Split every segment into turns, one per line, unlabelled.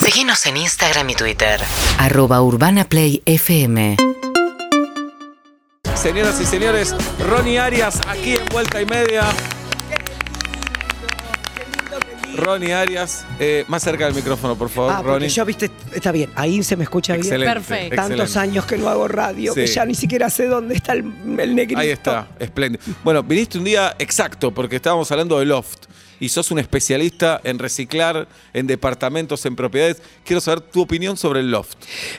Seguinos en Instagram y Twitter.
arroba urbanaplayfm
Señoras y señores, Ronnie Arias aquí en Vuelta y Media. Ronnie Arias, eh, más cerca del micrófono, por favor,
Ah, porque
Ronnie.
yo, viste, está bien, ahí se me escucha bien.
Excelente,
Perfecto.
Tantos
excelente.
años que no hago radio, que
Sí.
ya ni siquiera sé dónde está el, el negrito.
Ahí está, espléndido. Bueno, viniste un día exacto, porque estábamos hablando de Loft. Y sos un especialista en reciclar, en departamentos, en propiedades. Quiero saber tu opinión sobre el loft.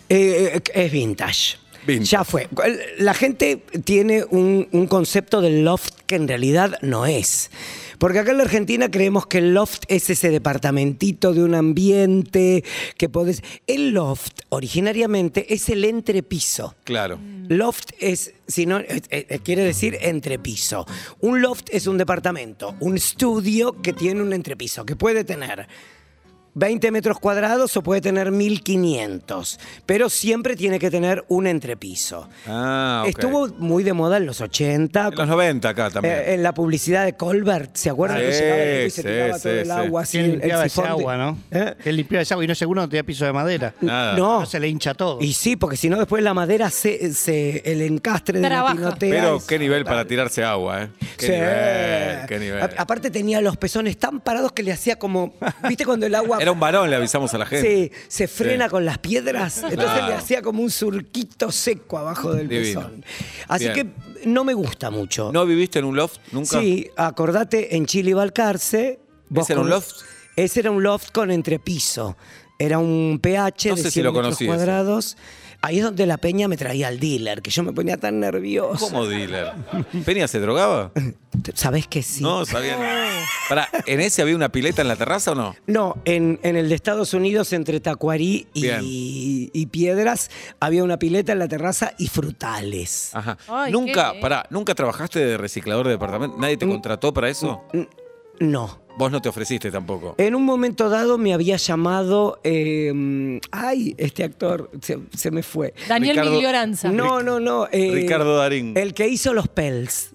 Eh, es vintage.
Vintage.
Ya fue. La gente tiene un, un concepto del loft que en realidad no es. Porque acá en la Argentina creemos que el loft es ese departamentito de un ambiente que podés. El loft, originariamente, es el entrepiso.
Claro.
Loft es, si no, eh, eh, quiere decir entrepiso. Un loft es un departamento, un estudio que tiene un entrepiso, que puede tener 20 metros cuadrados o puede tener 1500, pero siempre tiene que tener un entrepiso.
Ah, ok.
Estuvo muy de moda en los 80.
En los 90 acá también.
eh, en la publicidad de Colbert, ¿se acuerdan? que
Sí,
llegaba el tipo y se
sí,
tiraba todo
sí,
el
sí.
agua así.
¿Quién
el- el
limpiaba ese
sifón de-
agua, no?
¿Eh?
¿Quién limpiaba ese agua? Y no seguro no tenía piso de madera.
Nada.
No.
No se le hincha todo. Eh,
Y sí, porque si no después la madera se, se- el encastre de la
Trabaja.
pinotea
Pero
es-
qué nivel para tirarse agua, ¿eh? Qué
este Sí.
nivel, qué nivel.
A- aparte tenía los pezones tan parados que le hacía como, ¿viste cuando el agua
Era un varón, le avisamos a la gente.
se, se frena
Sí.
con las piedras? Entonces
Claro.
le hacía como un surquito seco abajo del
Divino.
pezón. Así
Bien.
que no me gusta mucho.
¿No viviste en un loft nunca?
Sí, acordate, en Chile Balcarce. vos
era un
con-
loft?
Ese era un loft con entrepiso. Era un pH
No
de
sé
100
si lo
metros
conocí ese.
cuadrados. Ahí es donde la peña me traía al dealer, que yo me ponía tan nervioso.
¿Cómo dealer? ¿Peña se drogaba?
¿Sabés que sí?
No, sabía nada. Pará, ¿en ese había una pileta en la terraza o no?
No, en, en el de Estados Unidos, entre Tacuarí
Bien.
y, y Piedras, había una pileta en la terraza y frutales.
Ajá.
Ay,
nunca,
qué-
pará, ¿nunca trabajaste de reciclador de departamento? ¿Nadie
Mm.
te contrató para eso?
No.
Vos no te ofreciste tampoco.
En un momento dado me había llamado. eh, ay, este actor se, se me fue.
Daniel
Ricardo-
Miglioranza.
No, no, no. eh,
Ricardo Darín.
El que hizo los Pels.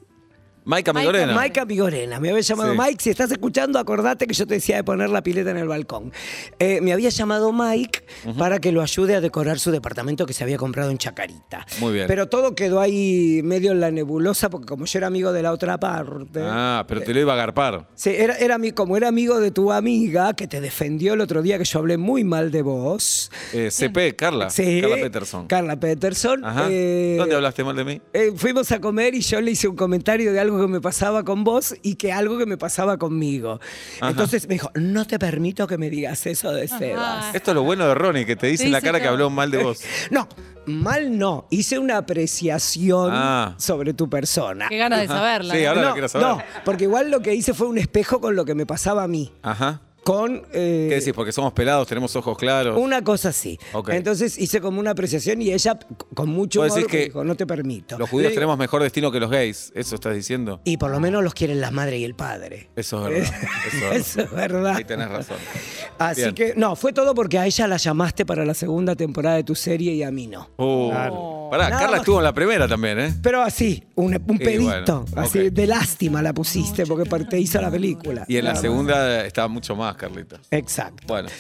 Maica
Maica-
Migorena.
Maica Vigorena, me había llamado
Sí.
Mike. Si estás escuchando, acordate que yo te decía de poner la pileta en el balcón. Eh, me había llamado Mike para que lo ayude a decorar su departamento que se había comprado en Chacarita.
Muy bien.
Pero todo quedó ahí medio en la nebulosa porque como yo era amigo de la otra parte.
Ah, pero
Eh,
te lo iba a agarpar.
Sí, era, era mi- como era amigo de tu amiga que te defendió el otro día que yo hablé muy mal de vos.
Eh, CP, Carla.
Sí.
Carla Peterson.
Carla Peterson.
Ajá.
eh,
¿Dónde hablaste mal de mí?
eh, fuimos a comer y yo le hice un comentario de algo que me pasaba con vos y que algo que me pasaba conmigo.
Ajá.
Entonces me dijo, no te permito que me digas eso de Sebas.
Esto es lo bueno de Ronnie, que te dice en la
dice
cara que
todo.
habló
Eh,
mal de vos.
No, mal no. Hice una apreciación
Ah.
sobre tu persona.
Qué ganas de saberla.
Sí,
¿no?
ahora lo
no,
quiero saber.
no, porque igual lo que hice fue un espejo con lo que me pasaba a mí.
Ajá.
Con eh,
¿Qué decís? Porque somos pelados, tenemos ojos claros.
una cosa así.
Ok.
Entonces hice como una apreciación y ella c- con mucho
Vos
humor
decís
me
que
dijo, no te permito.
Los
Le
judíos
digo,
tenemos mejor destino que los gays. ¿Eso estás diciendo?
Y por lo menos los quieren las madres y el padre.
Eso es verdad. Eso es
Eso
verdad.
es verdad.
Ahí tenés razón.
Así
Bien.
que, no, fue todo porque a ella la llamaste para la segunda temporada de tu serie y a mí no.
Uh,
Claro.
Pará,
Nada
Carla
más.
estuvo en la primera también, ¿eh?
Pero así, un, un
Y
pedito,
bueno,
así
ok.
de lástima la pusiste porque parte hizo la película.
Y en la
Nada más.
segunda estaba mucho más, Carlita.
Exacto.
Bueno.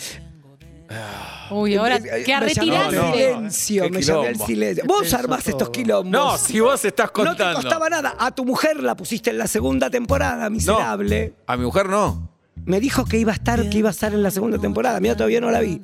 Uy, ahora
Eh, eh,
que a
me llamó al
retirarse.
No, no.
silencio,
Qué
me llamé al
quilombo.
silencio. Vos
Tenso
armaste
todo.
estos quilombos.
No, si vos estás
No
contando.
te costaba nada. A tu mujer la pusiste en la segunda temporada, miserable.
A mi mujer no.
Me dijo que iba a estar, que iba a estar en la segunda temporada. Mira, todavía no la vi.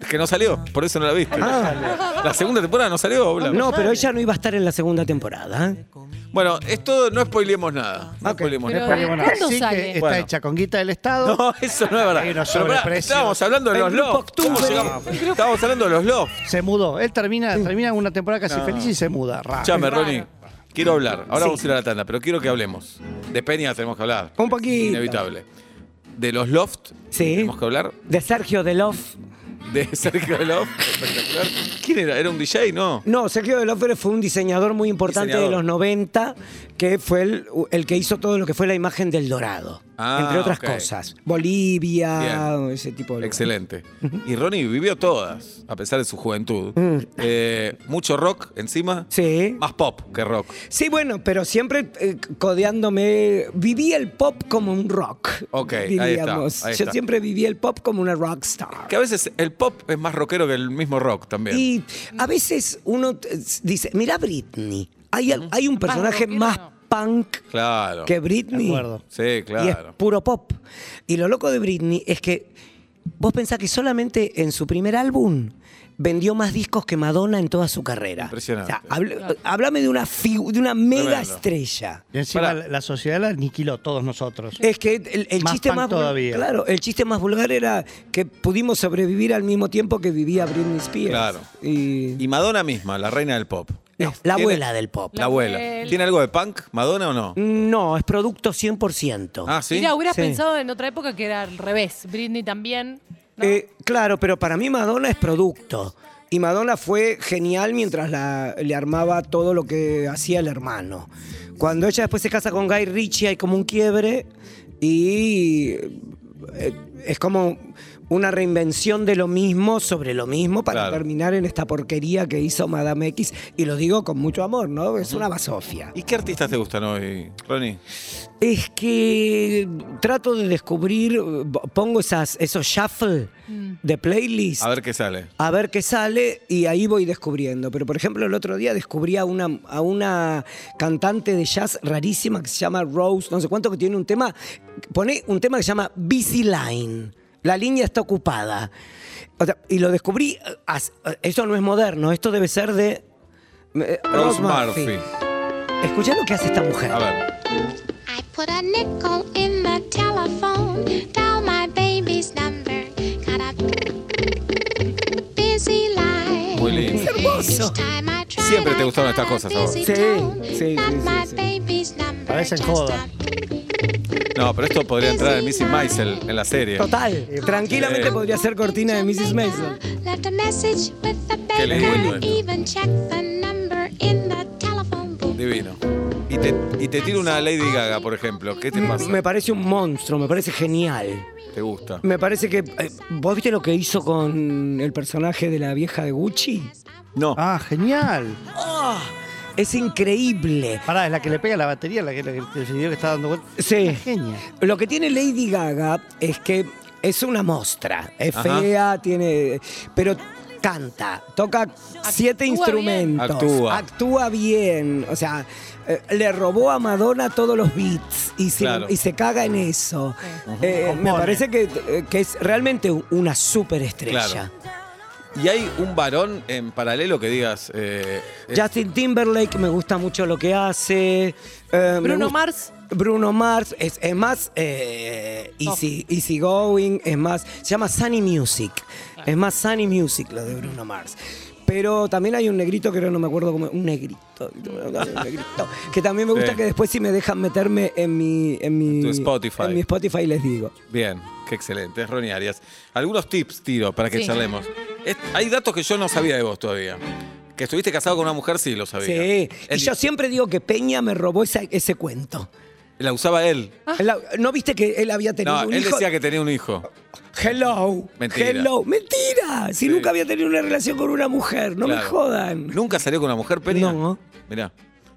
Es que no salió, por eso no la viste. La segunda temporada no salió. bla, bla.
Ah. No, pero ella no iba a estar en la segunda temporada. ¿eh?
Bueno, esto no spoilemos nada. No
Ok.
spoilemos
Pero-
nada.
Porque, bueno,
¿Cuándo
así
sale?
que está
Bueno.
hecha con guita del Estado.
No, eso no es verdad.
Hay unos
Pero pará,
sobreprecios.
estábamos hablando de
El
los
grupo
lofts. ¿Cómo
Octubre.
llegamos? Estábamos hablando de los lofts.
Se mudó. Él termina, termina una temporada casi feliz y se muda.
Ah,
Ra.
Escuchame, Ronnie. Quiero hablar. Ahora vamos a ir a la tanda, pero quiero que hablemos. De Peña tenemos que hablar.
Un poquito.
Inevitable. De los loft
Sí.
tenemos que hablar.
De Sergio Delof.
De Sergio Loft, espectacular. ¿Quién era? ¿Era un DJ? No.
No, Sergio Delofer fue un diseñador muy importante
Diseñador.
de los 90, que fue el, el que hizo todo lo que fue la imagen del Dorado.
Ah,
entre otras
ok.
cosas. Bolivia,
Bien.
ese tipo de lugares.
Excelente. Y Ronnie vivió todas, a pesar de su juventud. Eh, mucho rock encima.
Mm. Sí.
Más pop que rock.
Sí, bueno, pero siempre eh, codeándome. Viví el pop como un rock.
Ok, ahí está,
diríamos.
ahí
Yo
está.
siempre viví el pop como una rockstar.
Que a veces el pop es más rockero que el mismo rock también.
Y a veces uno eh, dice, mira Britney, hay, al- hay un personaje
rockero,
más
no.
punk
claro.
que
De
Britney.
acuerdo.
Sí,
Y es
claro.
puro pop. Y lo loco de Britney es que vos pensás que solamente en su primer álbum vendió más discos que Madonna en toda su carrera.
Impresionante.
O sea, habl- háblame de una, figu- de una mega
Tremendo.
estrella.
Y encima
Pará.
la, la sociedad la aniquiló todos nosotros.
Es que el, el
Más
chiste
punk
más vul-
todavía.
claro, el chiste más vulgar era que pudimos sobrevivir al mismo tiempo que vivía Britney Spears.
Claro.
Y-
Y Madonna misma, la reina del pop.
no, la
¿Tiene-
abuela del pop.
La abuela.
abuela.
¿Tiene algo de punk, Madonna o no?
No, es producto 100%.
Ah, sí.
Mira, hubieras
Sí.
pensado en otra época que era al revés. Britney también. ¿no?
Eh, claro, pero para mí Madonna es producto. Y Madonna fue genial mientras la- le armaba todo lo que hacía el hermano. Cuando ella después se casa con Guy Ritchie hay como un quiebre y eh, es como una reinvención de lo mismo sobre lo mismo para
Claro.
terminar en esta porquería que hizo Madame X. Y lo digo con mucho amor, ¿no? Es una basofia.
¿Y qué artistas te gustan hoy, Ronnie?
Es que trato de descubrir, eh, pongo esas, esos shuffle de playlist
Mm. A ver qué sale.
a ver qué sale y ahí voy descubriendo. Pero por ejemplo, el otro día descubrí a una, a una cantante de jazz rarísima que se llama Rose, no sé cuánto, que tiene un tema, pone un tema que se llama Busy Line. La línea está ocupada. O sea, y lo descubrí, eh, as- eh, eso no es moderno, esto debe ser de... eh,
Rose Murphy.
Escuchá lo que hace esta mujer.
A ver.
I put a nickel in the telephone, dial my baby's number. Got a busy life.
Muy lindo.
Hermoso.
Each time I try,
Siempre te
I
gustaron estas
dial a
cosas ahora.
busy
Sí,
tone.
sí,
Not
sí, sí,
my
sí.
baby's number,
Parecen
just
joda.
No, pero esto podría entrar en Missy Maisel en la serie.
Total, tranquilamente
Sí.
podría ser cortina de Mrs. Mason.
Left a message with the
Qué lindo
baker.
esto.
Even checked the number in the telephone booth.
Divino. Y te, y te tiro una Lady Gaga, por ejemplo. ¿Qué te pasa?
Me parece un monstruo, me parece genial.
¿Te gusta?
Me parece que. eh, ¿Vos viste lo que hizo con el personaje de la vieja de Gucci? ¡Ah!
No.
Ah, genial.
Es increíble.
Pará, es la que le pega la batería, la que, la que- el video que está dando vuelta.
Sí. Eh,
Una genia.
Lo que tiene Lady Gaga es que es una mostra. Es
Ajá.
fea, tiene. Pero canta, toca siete
bien.
instrumentos.
Actúa.
actúa bien. O sea, eh, le robó a Madonna todos los beats y se,
Claro.
y se caga en eso. Eh, me
Compone.
parece que, eh, que es realmente una superestrella.
Claro. ¿Y hay un varón en paralelo que digas. eh, eh,
Este-
Justin Timberlake me gusta mucho lo que hace. eh, me
Bruno
gusta-
Mars.
Bruno Mars es, es más eh, easy, easy going, es más. Se llama Sunny Music.
Ah.
Es más Sunny Music lo de Bruno Mars. Pero también hay un negrito que ahora no me acuerdo cómo. Un negrito. un negrito, que también me gusta
Sí.
que después, si me dejan meterme en mi. En mi
Tu Spotify.
En mi Spotify, les digo.
Bien, qué excelente. Es Ronnie Arias. Algunos tips tiro para que
Sí.
charlemos. Es- hay datos que yo no sabía de vos todavía. Que estuviste casado con una mujer, sí lo sabía.
Sí. Y
Él-
yo siempre digo que Peña me robó esa- ese cuento.
La usaba él.
Ah.
La- ¿No viste que él había tenido
No,
un
él
hijo?
decía que tenía un hijo.
Hello.
Mentira.
Hello. Mentira. Si
Sí.
nunca había tenido una relación con una mujer, no me
Claro.
jodan.
¿Nunca salió con una mujer, Peña?
No.
Mirá.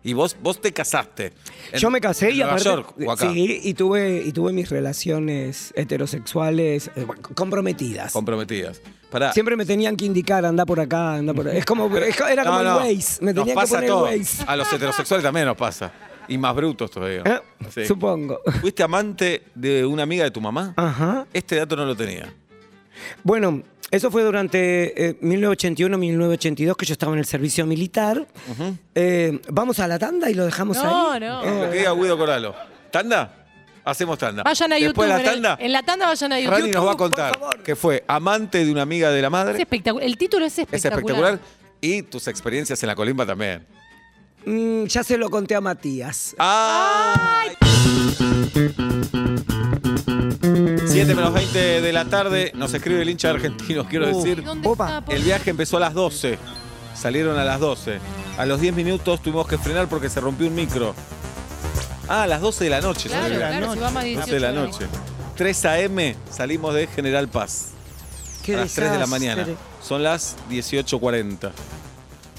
Y vos, vos te casaste. En-
Yo me casé
en
y
Nueva
aparte
York o acá.
sí, y tuve y tuve mis relaciones heterosexuales eh, bueno, comprometidas.
Comprometidas. Pará.
Siempre me tenían que indicar, anda por acá, anda por Es como es co- era como
No, no.
el Waze, me
Nos
tenían que
pasa
poner
todo.
el Waze.
A los heterosexuales también nos pasa. Y más brutos todavía.
¿Eh?
Sí.
Supongo. Ah.
¿Fuiste amante de una amiga de tu mamá?
Ajá.
Este dato no lo tenía.
Bueno, eso fue durante eh, 1981-1982 que yo estaba en el servicio militar. Eh, vamos a la tanda y lo dejamos
No,
ahí. Eh,
no.
Lo que diga Guido Coralo. ¿Tanda? Hacemos tanda.
Vayan a
Después
YouTube.
de
en
la
el-
tanda,
en la tanda vayan a YouTube.
Rani nos va a
por
contar
favor.
que fue amante de una amiga de la
Es
madre.
espectacular. El título es
Es
espectacular.
espectacular. Y tus experiencias en la colimba también.
Mm, ya se lo conté a Matías.
¡Ay! 7 menos 20 de la tarde, nos escribe el hincha argentino, quiero decir.
¿Dónde
Opa.
está? Por-
El viaje empezó a las 12. Salieron a las 12. A los 10 minutos tuvimos que frenar porque se rompió un micro. Ah, a las 12 de la noche.
Claro,
salió.
claro, si va más de
12
18
de la noche. 3 a.m. salimos de General Paz. a las 3 de la mañana. Son las 18.40.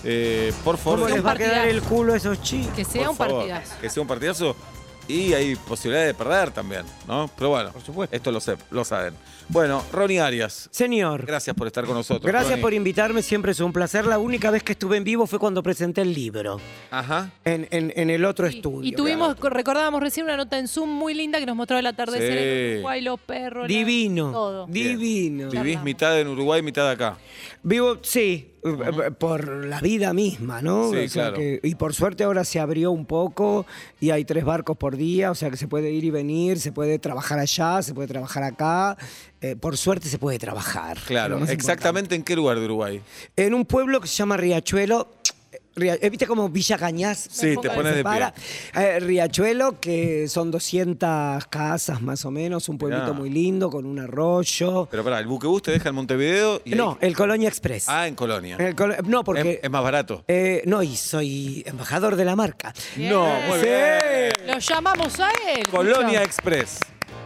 Eh, por favor,
¿Cómo
un
les va a quedar
partidazo.
el culo a esos chicos?
Que sea
por
un
favor,
partidazo.
Que sea un partidazo. Y hay posibilidad de perder también, ¿no? Pero bueno,
Por supuesto.
esto lo, sé, lo saben. Bueno, Ronnie Arias,
Señor.
gracias por estar con nosotros.
Gracias
Ronnie.
por invitarme, siempre es un placer. La única vez que estuve en vivo fue cuando presenté el libro,
Ajá.
en, en- en el otro
Y-
estudio.
Y tuvimos, recordábamos recién una nota en Zoom muy linda que nos mostró el atardecer
Sí.
en Uruguay, los perros. la-
Divino.
todo.
Bien.
Divino.
Vivís mitad en Uruguay, mitad acá.
Vivo, sí, eh, por la vida misma, ¿no?
Sí,
O sea
claro.
que- y por suerte ahora se abrió un poco y hay tres barcos por día, o sea que se puede ir y venir, se puede trabajar allá, se puede trabajar acá. Eh, por suerte se puede trabajar.
Claro.
lo más
Exactamente en qué lugar de Uruguay.
importante. En un pueblo que se llama Riachuelo. Ria- eh, ¿Viste como Villa Cañas?
Sí,
pongo
te
la
pones de pie.
Para, eh, Riachuelo, que son 200 casas más o menos, un pueblito
Mirá.
muy lindo, con un arroyo.
Pero pará, el buquebús te deja en Montevideo y. Em, ahí-
No, el Colonia Express.
Ah, en Colonia.
El Colo- no, porque...
Es, es más barato.
Eh, no, y soy embajador de la marca.
Bien.
No, muy
Sí.
bien.
Lo llamamos a él.
Colonia Express.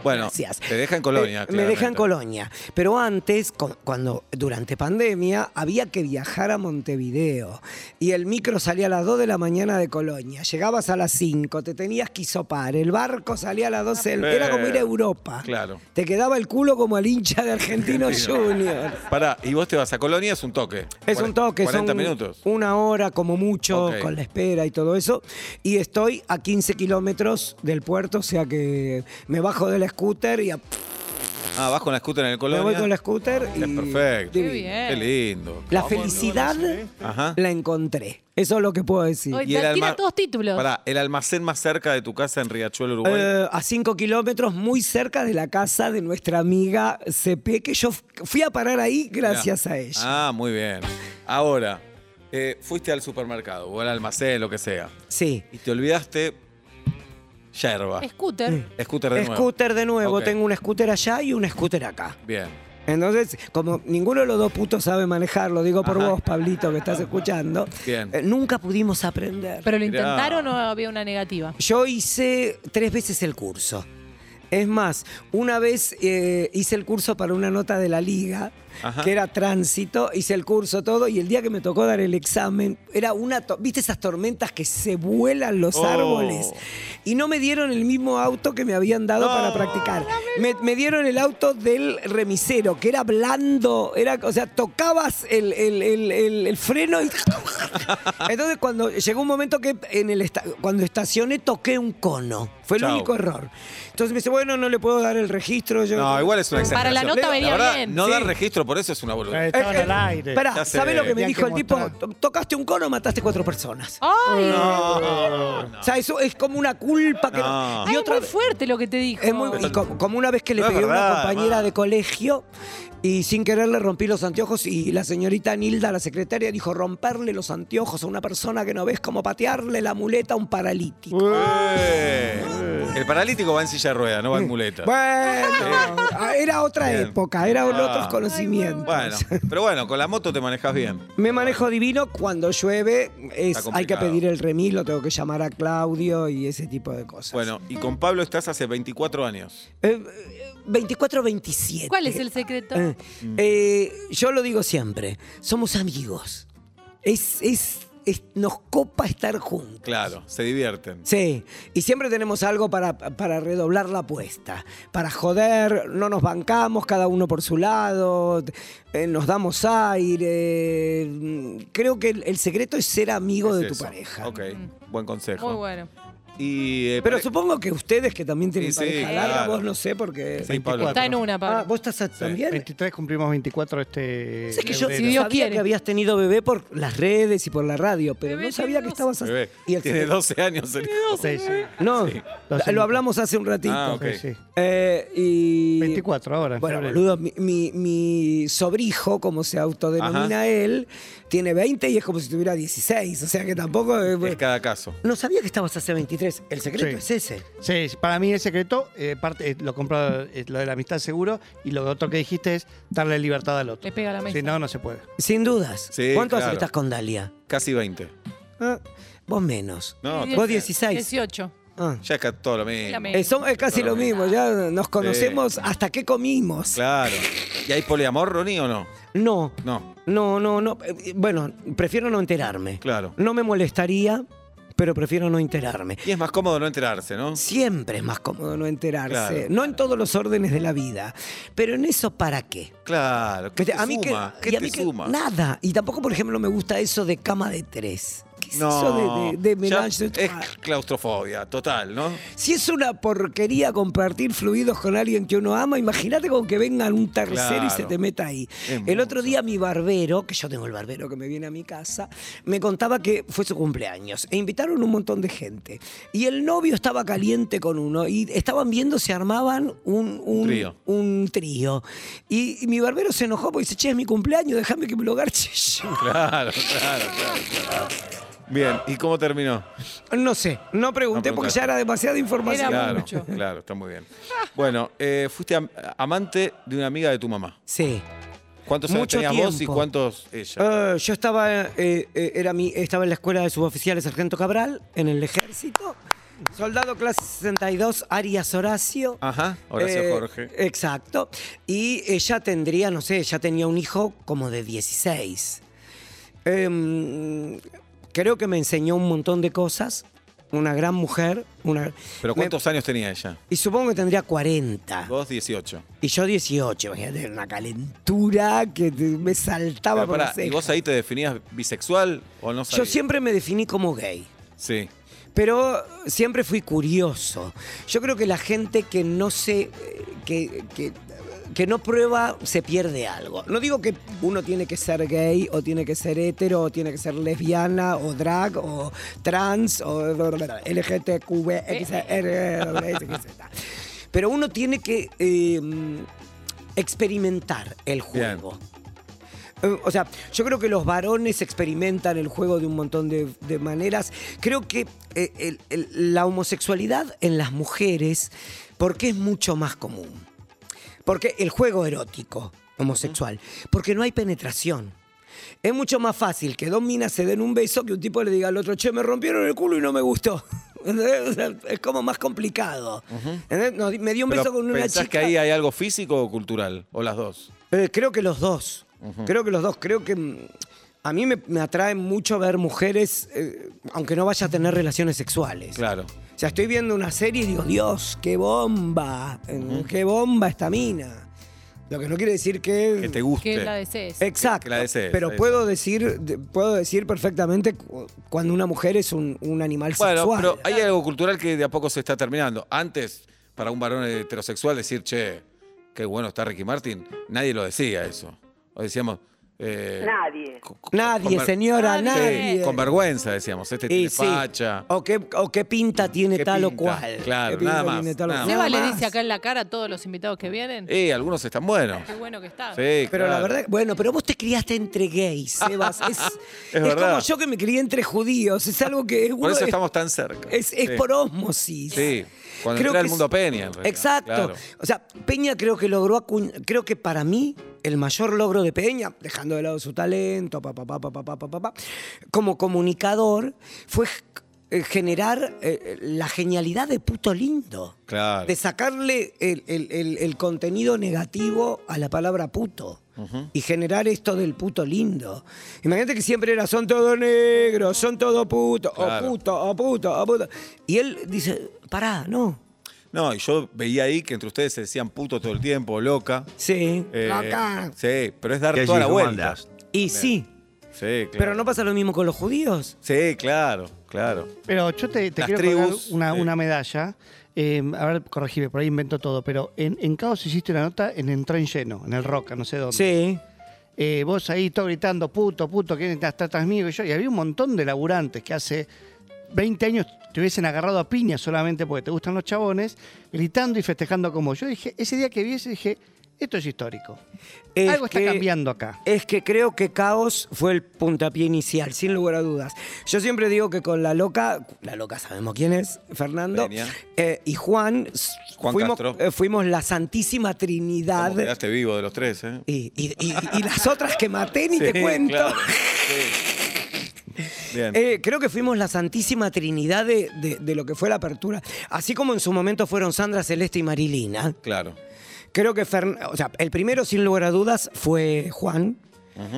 Bueno,
Gracias.
te deja en Colonia.
Eh, me deja en
claramente.
Colonia. Pero antes, cu- cuando durante pandemia, había que viajar a Montevideo. Y el micro salía a las 2 de la mañana de Colonia. Llegabas a las 5, te tenías que isopar. El barco salía a las 12. del-
Eh,
Era como ir a Europa.
claro.
Te quedaba el culo como al hincha de Argentinos Juniors.
Pará, y vos te vas a Colonia, es un toque.
Es un toque,
40
son
minutos.
una hora como mucho
Ok.
con la espera y todo eso. Y estoy a 15 kilómetros del puerto, o sea que me bajo del scooter y a-
Ah, vas con la scooter en el
me
Colonia.
voy con la scooter. Y
Es Ah, perfecto.
Qué
divino.
bien.
Qué lindo.
La felicidad
Ajá.
la encontré. Eso es lo que puedo decir.
Hoy- Tira
alma-
todos títulos.
Pará, el almacén más cerca de tu casa en Riachuelo, Uruguay.
Eh, a 5 kilómetros, muy cerca de la casa de nuestra amiga CP, que yo f- fui a parar ahí gracias
Mirá.
a ella.
Ah, muy bien. Ahora, eh, fuiste al supermercado o al almacén, lo que sea,
Sí.
y te olvidaste yerba.
Scooter.
Scooter de nuevo.
Scooter de nuevo,
Ok.
tengo un scooter allá y un scooter acá.
Bien.
Entonces, como ninguno de los dos putos sabe manejar, lo digo por
Ajá.
vos, Pablito, que estás escuchando,
Bien.
eh, nunca pudimos aprender.
Pero lo
Mirá.
intentaron o había una negativa.
Yo hice tres veces el curso. Es más, una vez eh, hice el curso para una nota de la liga,
Ajá.
que era tránsito, hice el curso todo y el día que me tocó dar el examen, era una, to- viste esas tormentas que se vuelan los
Oh.
árboles y no me dieron el mismo auto que me habían dado
No.
para practicar. Me, me dieron el auto del remisero, que era blando, era, o sea, tocabas el, el- el- el- el freno y... Entonces cuando llegó un momento que en el esta- cuando estacioné toqué un cono. Fue el
Chau.
único error. Entonces me dice, bueno, no le puedo dar el registro. Yo,
No, igual es una
Para
exageración.
la nota venía
verdad,
bien.
No
Sí.
dar registro, por eso es una
Eh,
boludez.
Estaban
Eh, eh,
al aire.
Pará,
Ya sé.
¿sabes lo que me
Tenían
dijo
que
el tipo?
mostrar.
"To- Tocaste un cono, mataste cuatro personas.
¡Ay!
Eh,
No,
O sea, eso es como una culpa que...
No.
Ay, muy fuerte lo que te dijo.
Es muy- y como, como una vez que le
No es
pegué a
verdad,
una compañera
ma.
de colegio y sin querer le rompí los anteojos y la señorita Nilda, la secretaria, dijo romperle los anteojos a una persona que no ves como patearle la muleta a un paralítico.
Eh, El paralítico va en silla de rueda, no va en muleta.
Bueno, ah, era otra
Bien.
época, eran
Ah.
otros conocimientos.
Bueno, pero bueno, con la moto te manejas bien.
Me manejo divino cuando llueve, es, hay que
complicado.
pedir el remis, lo tengo que llamar a Claudio y ese tipo de cosas.
Bueno, y con Pablo estás hace 24 años.
Eh, eh, 24-27.
¿Cuál es el secreto?
Eh,
Mm.
eh, yo lo digo siempre, somos amigos. Es, es, es- nos copa estar juntos.
Claro, se divierten.
Sí, y siempre tenemos algo para, para redoblar la apuesta, para joder, no nos bancamos, cada uno por su lado, eh, nos damos aire. Mm, Creo que el, el secreto es ser amigo de
Es
tu
eso.
pareja.
Ok, buen consejo.
Mm. Muy bueno.
Y, eh,
Pero
pare-
supongo que ustedes que también tienen
Sí, sí,
pareja larga,
claro.
vos no sé porque...
Sí, Pablo.
Está en una,
Ah,
Pablo.
¿vos estás también?
23 cumplimos 24 este.
Sé que yo
Si
febrero.
Dios
sabía
quiere.
que habías tenido bebé por las redes y por la radio, pero
Bebé
no sabía
tiene
que estabas así.
Bebé,
Y el
tiene
secre-
12 años. el hijo.
Sí, sí.
No,
Los invito.
lo hablamos hace un ratito.
Ah, ok.
Sí, sí.
Eh, y
24 ahora. en
Bueno,
febrero.
boludo, mi, mi- mi sobrijo, como se autodenomina
Ajá.
él, tiene 20 y es como si tuviera 16. O sea que tampoco. eh,
Es cada caso.
No sabía que estabas hace 23. El secreto
Sí.
es ese.
Sí, sí, para mí el secreto, eh, parte, eh, lo compro eh, lo de la amistad seguro, y lo otro que dijiste es darle libertad al otro.
Le pega a la mesa.
Si no, no se puede.
Sin dudas.
Sí,
¿Cuánto hace
claro.
que estás con Dalia?
Casi 20.
Ah, Vos menos.
No,
Y
vos
dieci-
16.
18.
Ah.
Ya es ca- todo lo mismo.
Lo mismo.
Eh, son- es casi lo mismo, ya nos conocemos hasta qué comimos.
Claro. ¿Y hay poliamor, Ronnie, o no?
No,
No.
no, no, no. Eh, Bueno, prefiero no enterarme.
Claro.
No me molestaría, pero prefiero no enterarme.
Y es más cómodo no enterarse, ¿no?
Siempre es más cómodo no enterarse.
Claro.
No en todos los órdenes de la vida. Pero en eso, ¿para qué?
Claro. ¿Qué
Que te-
te
a mí que-
suma?
y
¿Qué
a mí
te
que
suma?
Nada. Y tampoco, por ejemplo, me gusta eso de cama de tres. ¿Qué es eso
No.
de, de, de Ah,
Ya
ménage de
es
trois?
claustrofobia, total, ¿no?
Si es una porquería compartir fluidos con alguien que uno ama, imagínate con que venga un tercero y se
Claro.
te meta ahí.
Es
el
mucho.
otro día mi barbero, que yo tengo el barbero que me viene a mi casa, me contaba que fue su cumpleaños e invitaron un montón de gente. Y el novio estaba caliente con uno y estaban viendo si armaban un, un-
Trío.
un trío. Y, y mi barbero se enojó porque dice, che, es mi cumpleaños, déjame que me lo garche yo".
Claro, claro, claro. claro. Bien, ¿y cómo terminó?
No sé, no pregunté
No
porque
preguntaste.
ya era demasiada información.
Era
Claro,
mucho.
claro, está muy bien. Bueno, eh, fuiste am- amante de una amiga de tu mamá.
Sí.
¿Cuántos años
Mucho
tenías vos y
tiempo.
cuántos ella?
Eh, yo estaba, eh, eh, era mi, estaba en la escuela de suboficiales Sargento Cabral, en el ejército. Soldado clase 62, Arias Horacio.
Ajá, Ah, Horacio
Eh,
Jorge.
Exacto. Y ella tendría, no sé, ella tenía un hijo como de 16. Em, creo que me enseñó un montón de cosas. Una gran mujer. Una,
¿Pero
me-
cuántos años tenía ella?
y supongo que tendría 40.
Vos, 18.
Y yo 18, imagínate, una calentura que te- me saltaba
Pero
por la
pará, ¿y
ceja.
vos ahí te definías bisexual o no
Yo
sabías?
siempre me definí como gay,
Sí,
pero siempre fui curioso. Yo creo que la gente que no se. que, que- que no prueba se pierde algo. No digo que uno tiene que ser gay, o tiene que ser hetero, o tiene que ser lesbiana, o drag, o trans, o LGTQB, Pero uno tiene que eh, experimentar el
Bien.
juego. Eh, O sea, yo creo que los varones experimentan el juego de un montón de, de maneras. Creo que eh, el- el- la homosexualidad en las mujeres, porque es mucho más común. Porque el juego erótico homosexual, porque no hay penetración. Es mucho más fácil que dos minas se den un beso que un tipo le diga al otro, che, me rompieron el culo y no me gustó. ¿Entendés? O sea, es como más complicado. ¿Entendés? No, me dio un
pero
beso con una
¿pensás
chica.
que ahí hay algo físico o cultural? ¿O las dos?
Eh, creo que los dos. Creo que los dos. Creo que. mm, A mí me, me atrae mucho ver mujeres, eh, aunque no vaya a tener relaciones sexuales.
Claro.
O sea, estoy viendo una serie y digo, Dios, qué bomba. eh, Qué bomba esta mina. Lo que no quiere decir que.
Que te guste.
Que la desees.
Exacto.
que la desees,
Pero
la
puedo decir, de- puedo decir perfectamente cu- cuando una mujer es un, un animal
Bueno,
sexual.
pero hay algo cultural que de a poco se está terminando. Antes, para un varón heterosexual decir, che, qué bueno está Ricky Martin, nadie lo decía eso. O decíamos... eh,
Nadie.
co- co-
Nadie,
con ver-
señora,
Sí,
nadie.
Con vergüenza decíamos, este
Y
tiene
sí.
facha.
O qué, o qué pinta tiene
¿Qué
tal o
pinta?
cual.
Claro,
Qué pinta
nada más,
tiene tal o
nada
cual.
Seba le
Nada
dice
más.
acá en la cara a todos los invitados que vienen.
Eh, algunos están buenos.
Qué bueno que está.
Sí,
Pero la
claro.
verdad, bueno, pero vos te criaste entre gays, Sebas. Es, es
verdad.
como yo que me crié entre judíos. Es algo que uno
Por eso
es-
estamos tan cerca.
es, es
Sí.
por ósmosis.
Sí, cuando
Creo
entré al
que
mundo
es-
Peña. en realidad,
Exacto.
claro.
O sea, Peña creo que logró acuñ- creo que para mí el mayor logro de Peña, dejando de lado su talento, pa, pa, pa, pa, pa, pa, pa, pa, pa, como comunicador, fue eh, generar eh, la genialidad de puto lindo.
Claro.
De sacarle el, el- el- el contenido negativo a la palabra puto. Y generar esto del puto lindo. Imagínate que siempre era son todo negros, son todo puto,
Claro.
o puto, o puto, o puto. Y él dice, pará, no.
No, y yo veía ahí que entre ustedes se decían puto todo el tiempo, loca.
Sí.
Eh,
Acá.
Sí, pero es dar
Que
toda la
allí, ¿cómo
vuelta.
andás?
Y sí,
Sí, claro.
pero no pasa lo mismo con los judíos.
Sí, claro, claro.
Pero yo te, te
Las
quiero colgar
tribus,
una,
sí.
una medalla. Eh, a ver, corregime, por ahí invento todo, pero en, en Caos hiciste una nota en el tren lleno, en el Roca, no sé dónde.
Sí.
Eh, vos ahí todo gritando, puto, puto, ¿quién está está atrás mío? que yo? Y había un montón de laburantes que hace 20 años te hubiesen agarrado a piña solamente porque te gustan los chabones, gritando y festejando como yo. Dije, ese día que vi ese, dije, esto es histórico.
Es
Algo está
que-
cambiando acá.
Es que creo que Caos fue el puntapié inicial, sin lugar a dudas. Yo siempre digo que con la loca, la loca sabemos quién es, Fernando,
Peña.
eh, y Juan, s-
Juan
fuimos,
Castro.
eh, fuimos la santísima
¿Cómo
Trinidad.
quedaste vivo de los tres, ¿eh?
Y, y- y- y las otras que maté ni te
Sí,
cuento.
claro. Sí. Bien.
Eh, creo que fuimos la santísima trinidad de, de- de lo que fue la apertura. Así como en su momento fueron Sandra, Celeste y Marilina.
Claro.
Creo que Fern- o sea, el primero, sin lugar a dudas, fue Juan.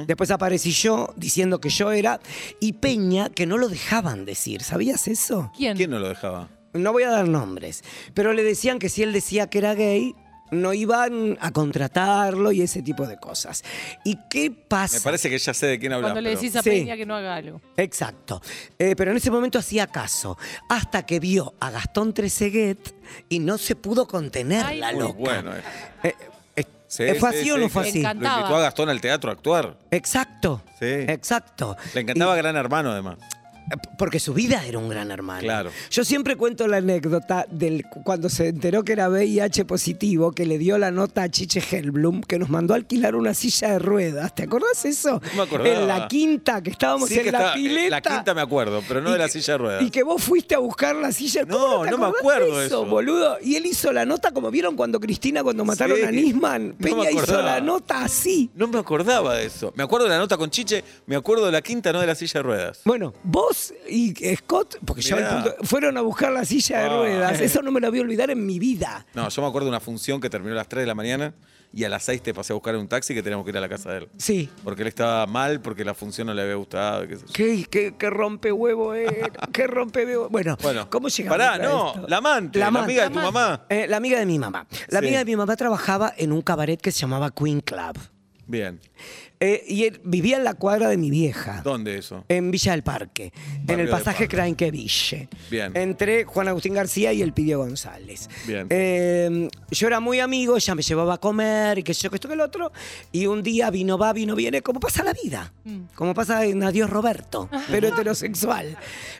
Después aparecí yo diciendo que yo era. Y Peña, que no lo dejaban decir. ¿Sabías eso?
¿Quién?
¿Quién no lo dejaba?
No voy a dar nombres. Pero le decían que si él decía que era gay, no iban a contratarlo y ese tipo de cosas. ¿Y qué pasa?
Me parece que ya sé de quién hablas.
Cuando le
pero-
decís a
Sí.
Peña que no haga algo.
Exacto. Eh, pero en ese momento hacía caso. Hasta que vio a Gastón Treseguet y no se pudo contener
Ay,
la
Uy,
Muy
loca.
bueno. eh.
Eh, eh,
Sí,
¿Fue
sí,
así o
sí,
no fue
Me
así?
Lo
encantaba.
invitó a Gastón al teatro a actuar.
Exacto.
Sí.
Exacto.
Le encantaba Gran Hermano, además.
Y- Eh, porque su vida era un gran hermano.
Claro.
Yo siempre cuento la anécdota del cuando se enteró que era VIH positivo, que le dio la nota a Chiche Helblum, que nos mandó a alquilar una silla de ruedas. ¿Te acordás eso?
No me acordaba.
En la quinta, que estábamos
Sí
en
que
la
estaba- eh,
pileta.
la quinta me acuerdo, pero no
Y
de la
que-
silla de ruedas.
Y que vos fuiste a buscar la silla. ¿Cómo
No,
te
no me
acordás
acuerdo
de
eso.
boludo. Y él hizo la nota como vieron cuando Cristina, cuando mataron
Sí.
a Nisman.
No me
Peña hizo
acordaba.
la nota así.
No me acordaba de eso. Me acuerdo de la nota con Chiche, me acuerdo de la quinta, no de la silla de ruedas.
Bueno, vos y Scott, porque yo
Mirá.
al punto- fueron a buscar la silla de
Ah.
ruedas. Eso no me lo voy a olvidar en mi vida.
No, yo me acuerdo de una función que terminó a las 3 de la mañana y a las 6 te pasé a buscar en un taxi que teníamos que ir a la casa de él.
Sí.
Porque él estaba mal, porque la función no le había gustado. qué sé yo.
Qué, qué, qué rompehuevo era, qué rompehuevo. Bueno,
Bueno,
¿cómo llegamos
pará,
a
no,
esto?
la amante, la amiga de tu mamá.
Eh, la amiga de mi mamá. La
Sí.
amiga de mi mamá trabajaba en un cabaret que se llamaba Queen Club.
Bien.
Eh, y él vivía en la cuadra de mi vieja.
¿Dónde eso?
En Villa del Parque,
Barrio
en el
del
pasaje
Parque.
Cranqueville.
Bien.
Entre Juan Agustín García y el Pidio González.
Bien.
Eh, yo era muy amigo, ella me llevaba a comer y que yo, que esto, que el otro. Y un día vino, va, vino, viene, como pasa la vida. Como pasa en Adiós Roberto, pero heterosexual.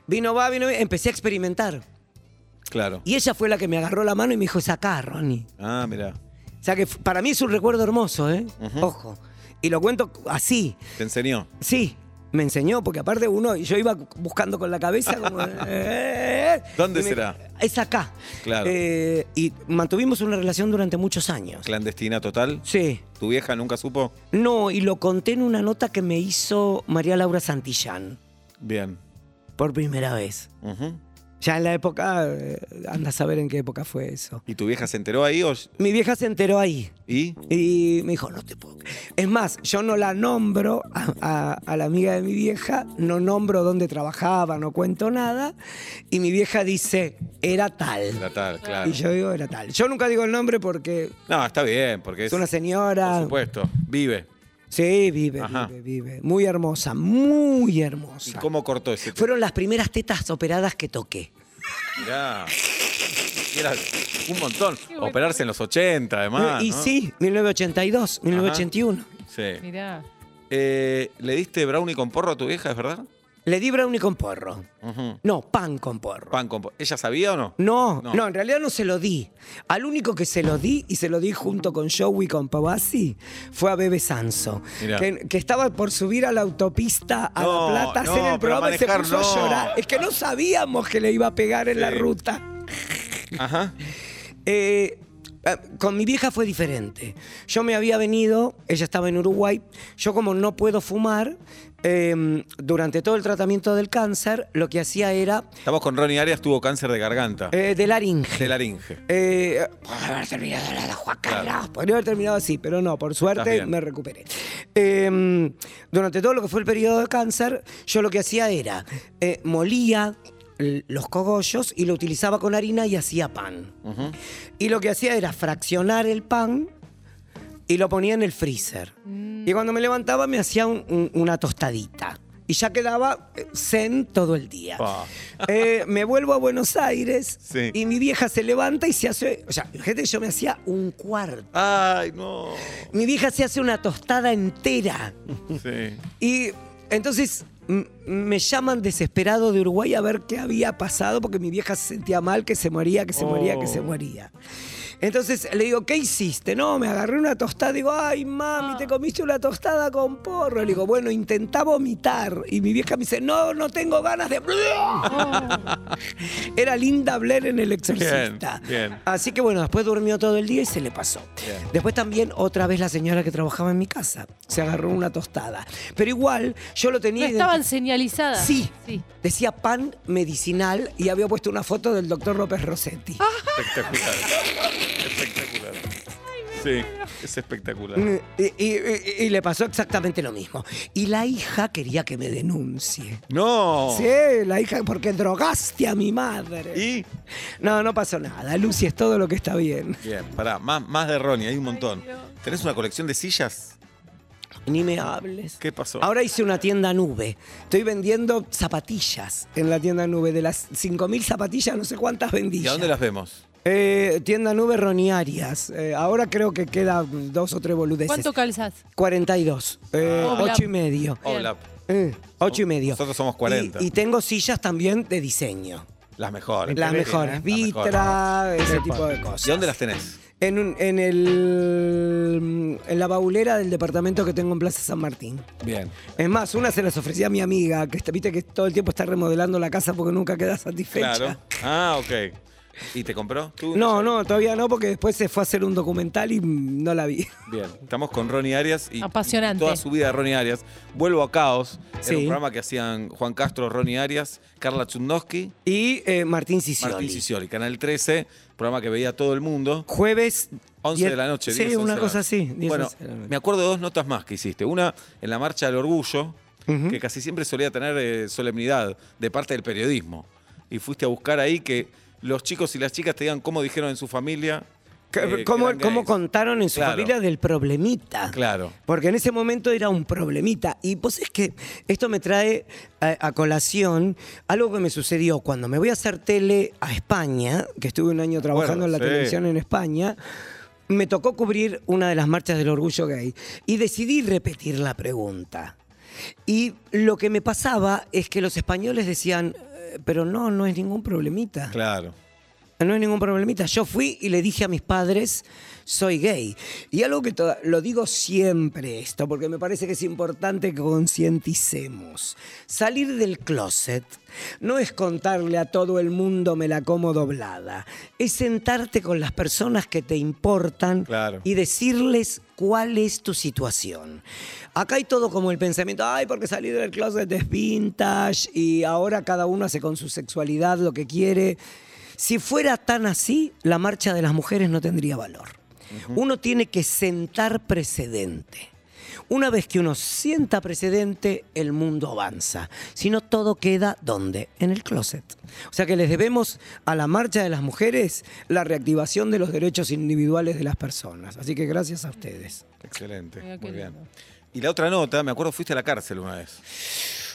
Vino, va, vino, viene, empecé a experimentar.
Claro.
Y ella fue la que me agarró la mano y me dijo, sacá, Ronnie.
Ah, mirá.
O sea que f- para mí es un recuerdo hermoso, ¿eh? Ojo. Y lo cuento así.
Te enseñó.
Sí, me enseñó, porque aparte uno, yo iba buscando con la cabeza como... eh,
¿Dónde
y me-
será?
Es acá.
Claro.
Eh, y mantuvimos una relación durante muchos años.
Clandestina total.
Sí.
¿Tu vieja nunca supo?
No, y lo conté en una nota que me hizo María Laura Santillán,
Bien.
por primera vez.
Ujú.
Ya en la época, eh, anda a saber en qué época fue eso.
¿Y tu vieja se enteró ahí o.?
Mi vieja se enteró ahí.
¿Y?
Y me dijo, no te puedo. creer". Es más, yo no la nombro a, a- a la amiga de mi vieja, no nombro dónde trabajaba, no cuento nada. Y mi vieja dice, era
La
tal.
tal, claro.
Y yo digo, era tal. Yo nunca digo el nombre porque
No, está bien, porque es.
es una
Por
señora.
supuesto, vive.
Sí, vive,
Ajá.
vive, vive. Muy hermosa, muy
¿Y
hermosa.
cómo cortó ese? tema?
Fueron las primeras tetas operadas que toqué.
Mirá. Y Era un montón.
bueno.
Operarse en los 80, además.
Eh, y
Ah, ¿no?
sí, 1982, 1981.
Sí.
Mirá.
Eh, ¿Le diste brownie con porro a tu vieja, es verdad?
Le di brownie con porro.
Ujú.
No, pan con porro.
Pan con porro. ¿Ella sabía o no?
No,
No.
no, en realidad no se lo di. Al único que se lo di, y se lo di junto con Joey con Pavasi, fue a Bebe Sanso.
Mirá.
Que, que estaba por subir a la autopista a
No,
La Plata a hacer
no, pero
el programa y se
manejar
puso
no.
a llorar. Es que no sabíamos que le iba a pegar en la
Sí.
ruta.
Ajá.
Eh, eh, con mi vieja fue diferente. Yo me había venido, ella estaba en Uruguay. Yo, como no puedo fumar, eh, durante todo el tratamiento del cáncer, lo que hacía era
Estamos con Ronnie Arias, tuvo cáncer de garganta,
eh, de laringe.
de laringe.
Eh, podría haber terminado la de Juan Carlos, podría haber terminado así, pero no, por
Estás
suerte
bien.
me recuperé. Eh, durante todo lo que fue el periodo de cáncer, yo lo que hacía era eh, molía l- los cogollos y lo utilizaba con harina y hacía pan. Y lo que hacía era fraccionar el pan y lo ponía en el freezer. Y cuando me levantaba me hacía un- un- una tostadita. Y ya quedaba eh, zen todo el día.
Pa.
Eh, me vuelvo a Buenos Aires
Sí.
y mi vieja se levanta y se hace. O sea, gente, yo me hacía un cuarto.
Ay, no.
Mi vieja se hace una tostada entera.
Sí.
Y entonces m- me llaman desesperado de
Oh.
Uruguay a ver qué había pasado porque mi vieja se sentía mal, que se moría, que se moría, que se moría. Entonces le digo, ¿qué hiciste? No, me agarré una tostada. Digo, ay, mami, te comiste una tostada con porro. Le digo, bueno, intentá vomitar. Y mi vieja me dice, no, no tengo ganas de...
Oh.
Era Linda Blair en El Exorcista.
Bien, bien.
Así que bueno, después durmió todo el día y se le pasó. Después también otra vez la señora que trabajaba en mi casa se agarró una tostada. Pero igual yo lo
No
tenía...
estaban
identi-
señalizadas.
Sí,
Sí.
decía pan medicinal y había puesto una foto del doctor López Rossetti.
Ah.
Espectacular. espectacular. Sí, es espectacular.
Mm, Y, y- y- y le pasó exactamente lo mismo. Y la hija quería que me denuncie.
No.
Sí, la hija, porque drogaste a mi madre.
Oh. Y.
No, no pasó nada. Lucy es todo lo que está bien.
Bien, pará, más, más de Ronnie, hay un montón. ¿Tenés una colección de sillas?
Ni me hables.
¿Qué pasó?
Ahora hice una tienda nube. Estoy vendiendo zapatillas en la tienda nube. De las 5.000 zapatillas, no sé cuántas vendí.
¿Y
ya.
a dónde las vemos?
Eh, tienda nube Roniarias. Eh, ahora creo que quedan dos o tres boludeces.
¿Cuánto calzás?
42. Eh,
Ah.
Hola.
ocho y medio.
Hola.
Eh, ocho y medio.
Nosotros somos 40.
Y, y tengo sillas también de diseño.
Las mejores.
¿eh? Las
Sí,
mejores.
las
Vitra, ese tipo de
mejores.
cosas.
¿Y dónde las tenés?
En, un- en el, en la baulera del departamento que tengo en Plaza San Martín.
Bien.
Es más, una se las ofrecía a mi amiga, que está- viste que todo el tiempo está remodelando la casa porque nunca queda satisfecha.
Claro. Ah, ok. ¿Y te compró? ¿Tú?
No, no, todavía no, porque después se fue a hacer un documental y mm, no la vi.
Bien, estamos con Ronnie Arias y
Apasionante.
toda su vida de Ronnie Arias. Vuelvo a Caos,
Sí.
era un programa que hacían Juan Castro, Ronnie Arias, Carla Chundowski,
Y eh, Martín Sicioli.
Martín Sicioli, Canal 13, programa que veía todo el mundo.
Jueves.
11
diez-
de la noche.
Sí,
10, 11
una
de la
cosa
noche.
así. 10,
Bueno,
11 de la noche.
me acuerdo de dos notas más que hiciste. Una en la Marcha del Orgullo, que casi siempre solía tener eh, solemnidad de parte del periodismo. Y fuiste a buscar ahí que los chicos y las chicas te digan cómo dijeron en su familia. eh, que
¿Cómo,
eran
cómo
gays.
contaron en su
Claro.
familia Ah. del problemita?
Claro.
Porque en ese momento era un problemita. Y pues es que esto me trae a, a colación algo que me sucedió cuando me voy a hacer tele a España, que estuve un año trabajando en la
sí.
televisión en España. Me tocó cubrir una de las marchas del orgullo gay y decidí repetir la pregunta. Y lo que me pasaba es que los españoles decían, "Eh, pero no, no es ningún problemita.
Claro.
No hay ningún problemita. Yo fui y le dije a mis padres, soy gay. Y algo que to- lo digo siempre esto, porque me parece que es importante que concienticemos. Salir del closet no es contarle a todo el mundo me la como doblada. Es sentarte con las personas que te importan
Claro.
y decirles cuál es tu situación. Acá hay todo como el pensamiento, ay, porque salir del closet es vintage y ahora cada uno hace con su sexualidad lo que quiere. Si fuera tan así, la marcha de las mujeres no tendría valor. Uno tiene que sentar precedente. Una vez que uno sienta precedente, el mundo avanza. Si no, todo queda ¿dónde? En el closet. O sea que les debemos a la marcha de las mujeres la reactivación de los derechos individuales de las personas. Así que gracias a ustedes.
Excelente.
Mira, qué
Muy bien.
lindo.
Y la otra nota, me acuerdo, fuiste a la cárcel una vez.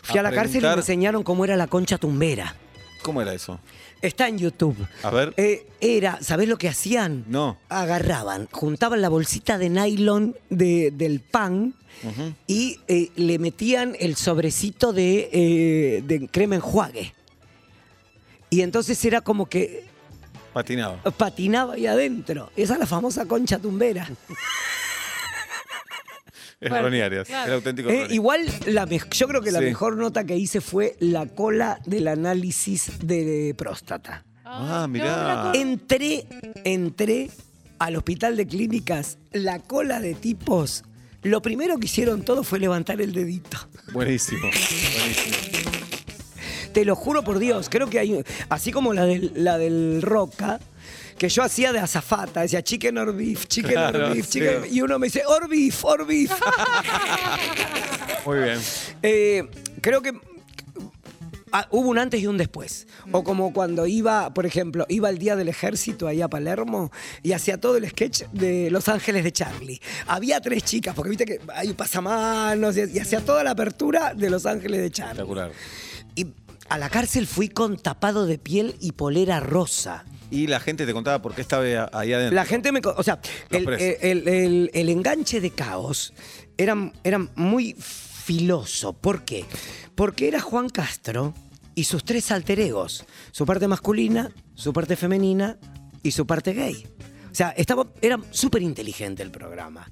Fui a, la cárcel y me
preguntar-
enseñaron cómo era la concha tumbera.
¿Cómo era eso?
Está en YouTube.
A ver.
Eh, era, ¿sabés lo que hacían?
No.
Agarraban, juntaban la bolsita de nylon de- del pan y eh, le metían el sobrecito de, eh, de crema enjuague. Y entonces era como que
Patinado.
patinaba ahí adentro. Esa es la famosa concha tumbera.
Es
Bueno,
Ronnie Arias.
claro.
El auténtico
Eh,
Ronnie.
igual, la mej- yo creo que la
Sí.
mejor nota que hice fue la cola del análisis de próstata.
Ah,
qué
mirá.
buena cosa.
Entré, entré al hospital de clínicas, la cola de tipos. Lo primero que hicieron todos fue levantar el dedito.
Buenísimo. Buenísimo.
Te lo juro por Dios, creo que hay, así como la del, la del Roca, que yo hacía de azafata, decía chicken or beef, chicken
Claro,
or beef,
sí. Ah.
chicken-" y uno me dice or beef, or beef.
Muy bien.
Eh, creo que ah, hubo un antes y un después.
Mm.
O como cuando iba, por ejemplo, iba el día del ejército ahí a Palermo y hacía todo el sketch de Los Ángeles de Charlie. Había tres chicas, porque viste que hay pasamanos y, y hacía toda la apertura de Los Ángeles de Charlie.
Espectacular.
Y a la cárcel fui con tapado de piel y polera rosa.
Y la gente te contaba por qué estaba ahí adentro.
La gente me. co- O sea,
Los
el,
presos.
el- el- el enganche de caos era, era muy filoso. ¿Por qué? Porque era Juan Castro y sus tres alter egos: su parte masculina, su parte femenina y su parte gay. O sea, estaba, era súper inteligente el programa.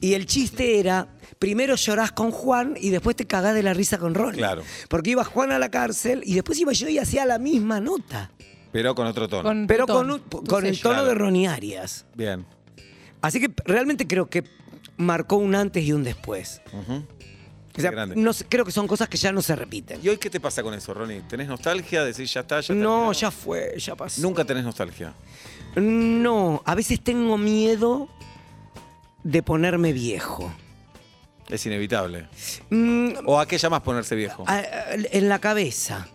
Y el chiste era, primero llorás con Juan y después te cagás de la risa con Ronnie.
Claro.
Porque iba Juan a la cárcel y después iba yo y hacía la misma nota.
Pero con otro tono.
Con
Pero
tu
con,
tono,
un-
tu
con el
sello.
tono
Claro.
de Ronnie Arias.
Bien.
Así que realmente creo que marcó un antes y un después.
Ujú.
O sea,
Qué grande.
no sé, creo que son cosas que ya no se repiten.
¿Y hoy qué te pasa con eso, Ronnie? ¿Tenés nostalgia? ¿Decís ya está? Ya
No,
terminó"?
ya fue, ya pasó.
Nunca tenés nostalgia.
No, a veces tengo miedo de ponerme viejo.
Es inevitable.
Mm,
¿O a qué llamas ponerse viejo?
a- a- en la cabeza.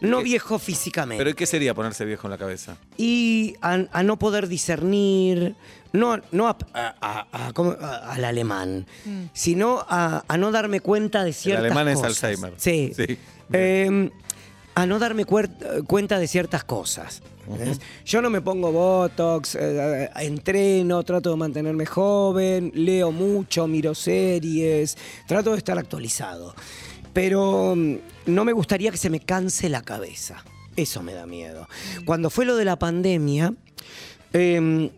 No
¿Qué?
viejo físicamente.
¿Pero qué sería ponerse viejo en la cabeza?
y a, a no poder discernir, no, no a, a- a- a- ¿cómo? a- al alemán, sino a, a no darme cuenta de ciertas cosas.
alemán es Alzheimer.
Sí.
Sí.
Eh, a no darme cuer- cuenta de ciertas cosas. ¿entendés? Yo no me pongo botox, eh, entreno, trato de mantenerme joven, leo mucho, miro series, trato de estar actualizado. Pero mm, no me gustaría que se me canse la cabeza. Eso me da miedo. Cuando fue lo de la pandemia, eh,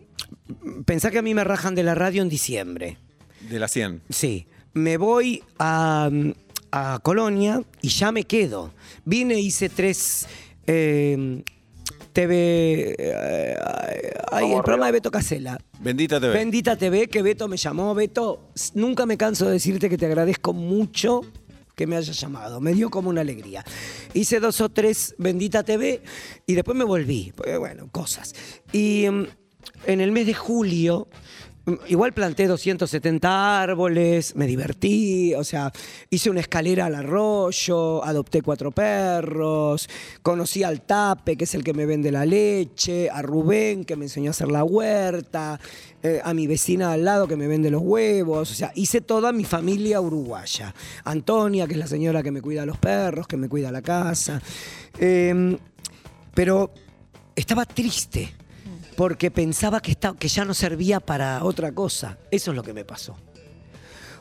pensá que a mí me rajan de la radio en diciembre.
De la 100.
Sí, me voy a, a Colonia y ya me quedo. Vine, hice tres eh, TV. eh, ay, el programa de Beto Casela.
Bendita TV.
Bendita TV, que Beto me llamó. Beto, s- nunca me canso de decirte que te agradezco mucho que me hayas llamado. Me dio como una alegría. Hice dos o tres Bendita TV y después me volví. Porque, Bueno, cosas. Y mm, en el mes de julio, mm, igual planté 270 árboles, me divertí, o sea, hice una escalera al arroyo, adopté cuatro perros, conocí al Tape, que es el que me vende la leche, a Rubén, que me enseñó a hacer la huerta, eh, a mi vecina al lado, que me vende los huevos, o sea, hice toda mi familia uruguaya. Antonia, que es la señora que me cuida a los perros, que me cuida la casa. Em, pero estaba triste porque pensaba que, esta- que ya no servía para otra cosa. Eso es lo que me pasó.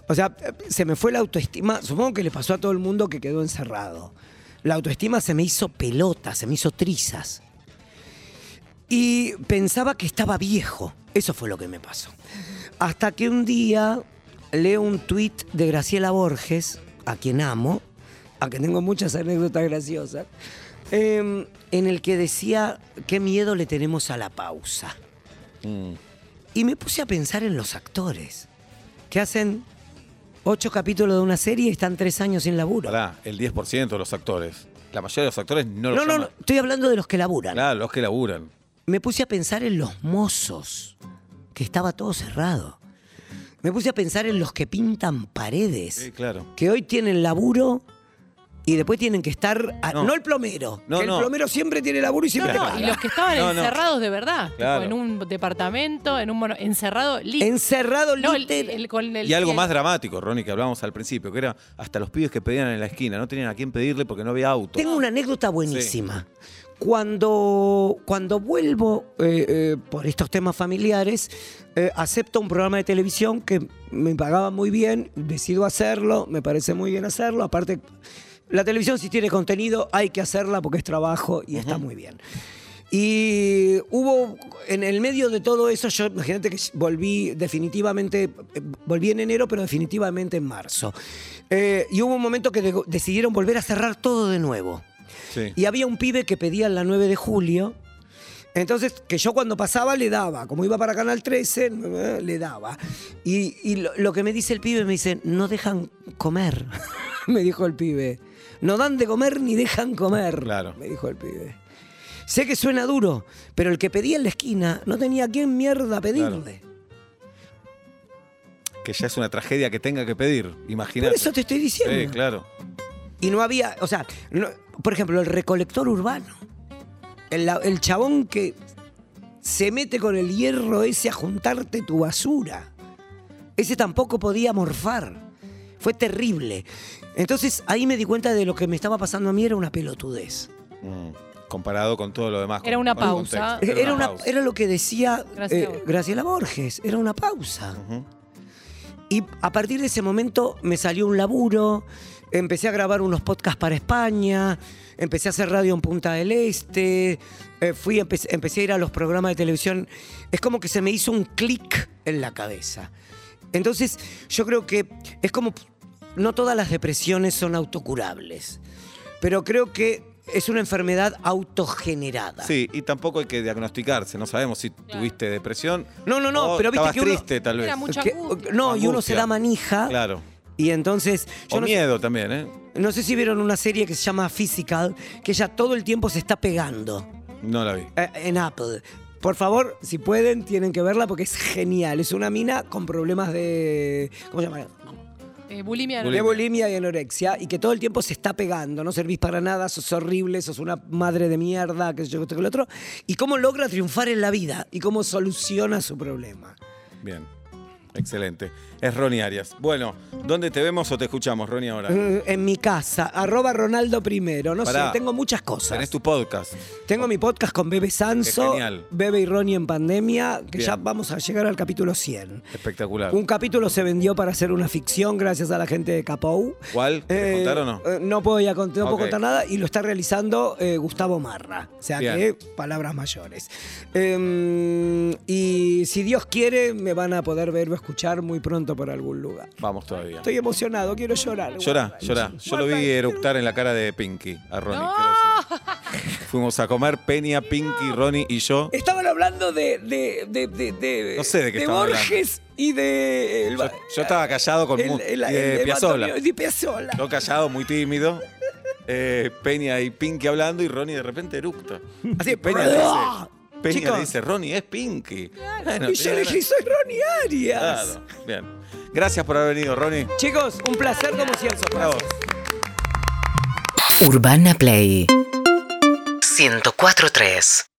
O sea, se me fue la autoestima. Supongo que le pasó a todo el mundo que quedó encerrado. La autoestima se me hizo pelota, se me hizo trizas. Y pensaba que estaba viejo. Eso fue lo que me pasó. Hasta que un día leo un tuit de Graciela Borges, a quien amo, a quien tengo muchas anécdotas graciosas, em, en el que decía qué miedo le tenemos a la pausa.
Mm.
Y me puse a pensar en los actores, que hacen ocho capítulos de una serie y están tres años sin laburo.
Pará, el 10% de los actores. La mayoría de los actores no lo
No, no,
llaman.
no, estoy hablando de los que laburan.
Claro, los que laburan.
Me puse a pensar en los mozos, que estaba todo cerrado. Me puse a pensar en los que pintan paredes,
Sí, claro.
que hoy tienen laburo y después tienen que estar... a-
No.
no. el plomero,
No,
que el
no.
plomero siempre tiene laburo y
No,
siempre te
no,
paga.
y los que estaban
No, no.
encerrados de verdad, tipo,
Claro.
en un departamento, en un mono, encerrado, li-
Encerrado
no, el-
literal.
el- con el-
Y algo
el-
más dramático, Ronnie, que hablábamos al principio, que era hasta los pibes que pedían en la esquina, no tenían a quién pedirle porque no había auto.
Tengo una anécdota buenísima. Cuando, cuando vuelvo eh, eh, por estos temas familiares, eh, acepto un programa de televisión que me pagaba muy bien, decido hacerlo, me parece muy bien hacerlo. Aparte, la televisión si tiene contenido hay que hacerla porque es trabajo y está muy bien. Y hubo, en el medio de todo eso, yo imagínate que volví definitivamente, eh, volví en enero, pero definitivamente en marzo. Eh, y hubo un momento que de- decidieron volver a cerrar todo de nuevo.
Sí.
Y había un pibe que pedía en la 9 de julio. Entonces, que yo cuando pasaba le daba, como iba para Canal 13, eh, le daba. Y, y lo, lo que me dice el pibe, me dice, no dejan comer, me dijo el pibe. No dan de comer ni dejan comer,
Claro.
me dijo el pibe. Sé que suena duro, pero el que pedía en la esquina no tenía a quién mierda pedirle.
Que ya es una tragedia que tenga que pedir,
Por
imagínate.
eso te estoy diciendo.
Sí, claro.
Y no había, o sea, no- por ejemplo, el recolector urbano. El, la- el chabón que se mete con el hierro ese a juntarte tu basura. Ese tampoco podía morfar. Fue terrible. Entonces ahí me di cuenta de lo que me estaba pasando a mí era una pelotudez.
Mm. Comparado con todo lo demás.
Era
con-
una
con el
pausa.
contexto.
Era, una-
pausa.
era lo que decía
Graciela
eh,
Borges.
Graciela Borges, era una pausa.
Ujú.
Y a partir de ese momento me salió un laburo, empecé a grabar unos podcasts para España, empecé a hacer radio en Punta del Este, eh, fui, empecé, empecé a ir a los programas de televisión. Es como que se me hizo un clic en la cabeza. Entonces, yo creo que es como, no todas las depresiones son autocurables, pero creo que es una enfermedad autogenerada.
Sí, y tampoco hay que diagnosticarse. No sabemos si tuviste depresión.
No, no, no,
o
pero viste
estabas
que uno-
triste, tal vez.
Era mucha
Que-
angustia.
no, y uno
Angustia.
se da manija.
Claro.
Y entonces, yo
o
no sé-
miedo también, ¿eh?
No sé si vieron una serie que se llama Physical, que ella todo el tiempo se está pegando
No la vi.
eh, en Apple. Por favor, si pueden, tienen que verla porque es genial. Es una mina con problemas de. ¿Cómo se llama?
Eh, bulimia.
Bulimia.
De bulimia y anorexia, y que todo el tiempo se está pegando, no servís para nada, sos horrible, sos una madre de mierda, que yo, que el otro. Y cómo logra triunfar en la vida y cómo soluciona su problema.
Bien. Excelente. Es Ronnie Arias. Bueno, ¿dónde te vemos o te escuchamos, Ronnie, ahora?
Mm, En mi casa, arroba Ronaldo primero, no
Pará.
sé, tengo muchas cosas.
Tenés tu podcast.
Tengo mi podcast con Bebe
Qué
Sanso,
genial.
Bebe y Ronnie en pandemia, que
Bien.
ya vamos a llegar al capítulo 100.
Espectacular.
Un capítulo se vendió para hacer una ficción gracias a la gente de Capou.
¿Cuál? ¿Te
Eh,
contaron o no?
eh, no puedo, ya cont- no puedo
Ok.
contar nada y lo está realizando eh, Gustavo Marra. O sea
Bien.
que palabras mayores. Em, y si Dios quiere, me van a poder ver o escuchar muy pronto por algún lugar.
Vamos todavía.
Estoy emocionado, quiero llorar.
Llorá, llorá. Yo lo vi eructar en la cara de Pinky, a Ronnie. quiero decir. Fuimos a comer Peña, Pinky, Ronnie y yo.
Estaban hablando de. de, de, de, de-
No sé de qué estaban
Borges y de. el
Yo,
ba-
yo estaba callado con
el-
mu-
el-
y
el-
de
el
Piazzolla.
bandoneón de Piazzolla.
Yo callado, muy tímido. Eh, Peña y Pinky hablando y Ronnie de repente eructa.
Así,
Y Peña le
¡ah!
dice, Peña
Chicos.
le dice, Ronnie es Pinky. Bueno,
y yo
tenía
le dije, soy Ronnie Arias.
ganas. Claro, bien. Gracias por haber venido, Ronnie.
Chicos, un placer como siempre.
Bravo.
Urbana Play
104.3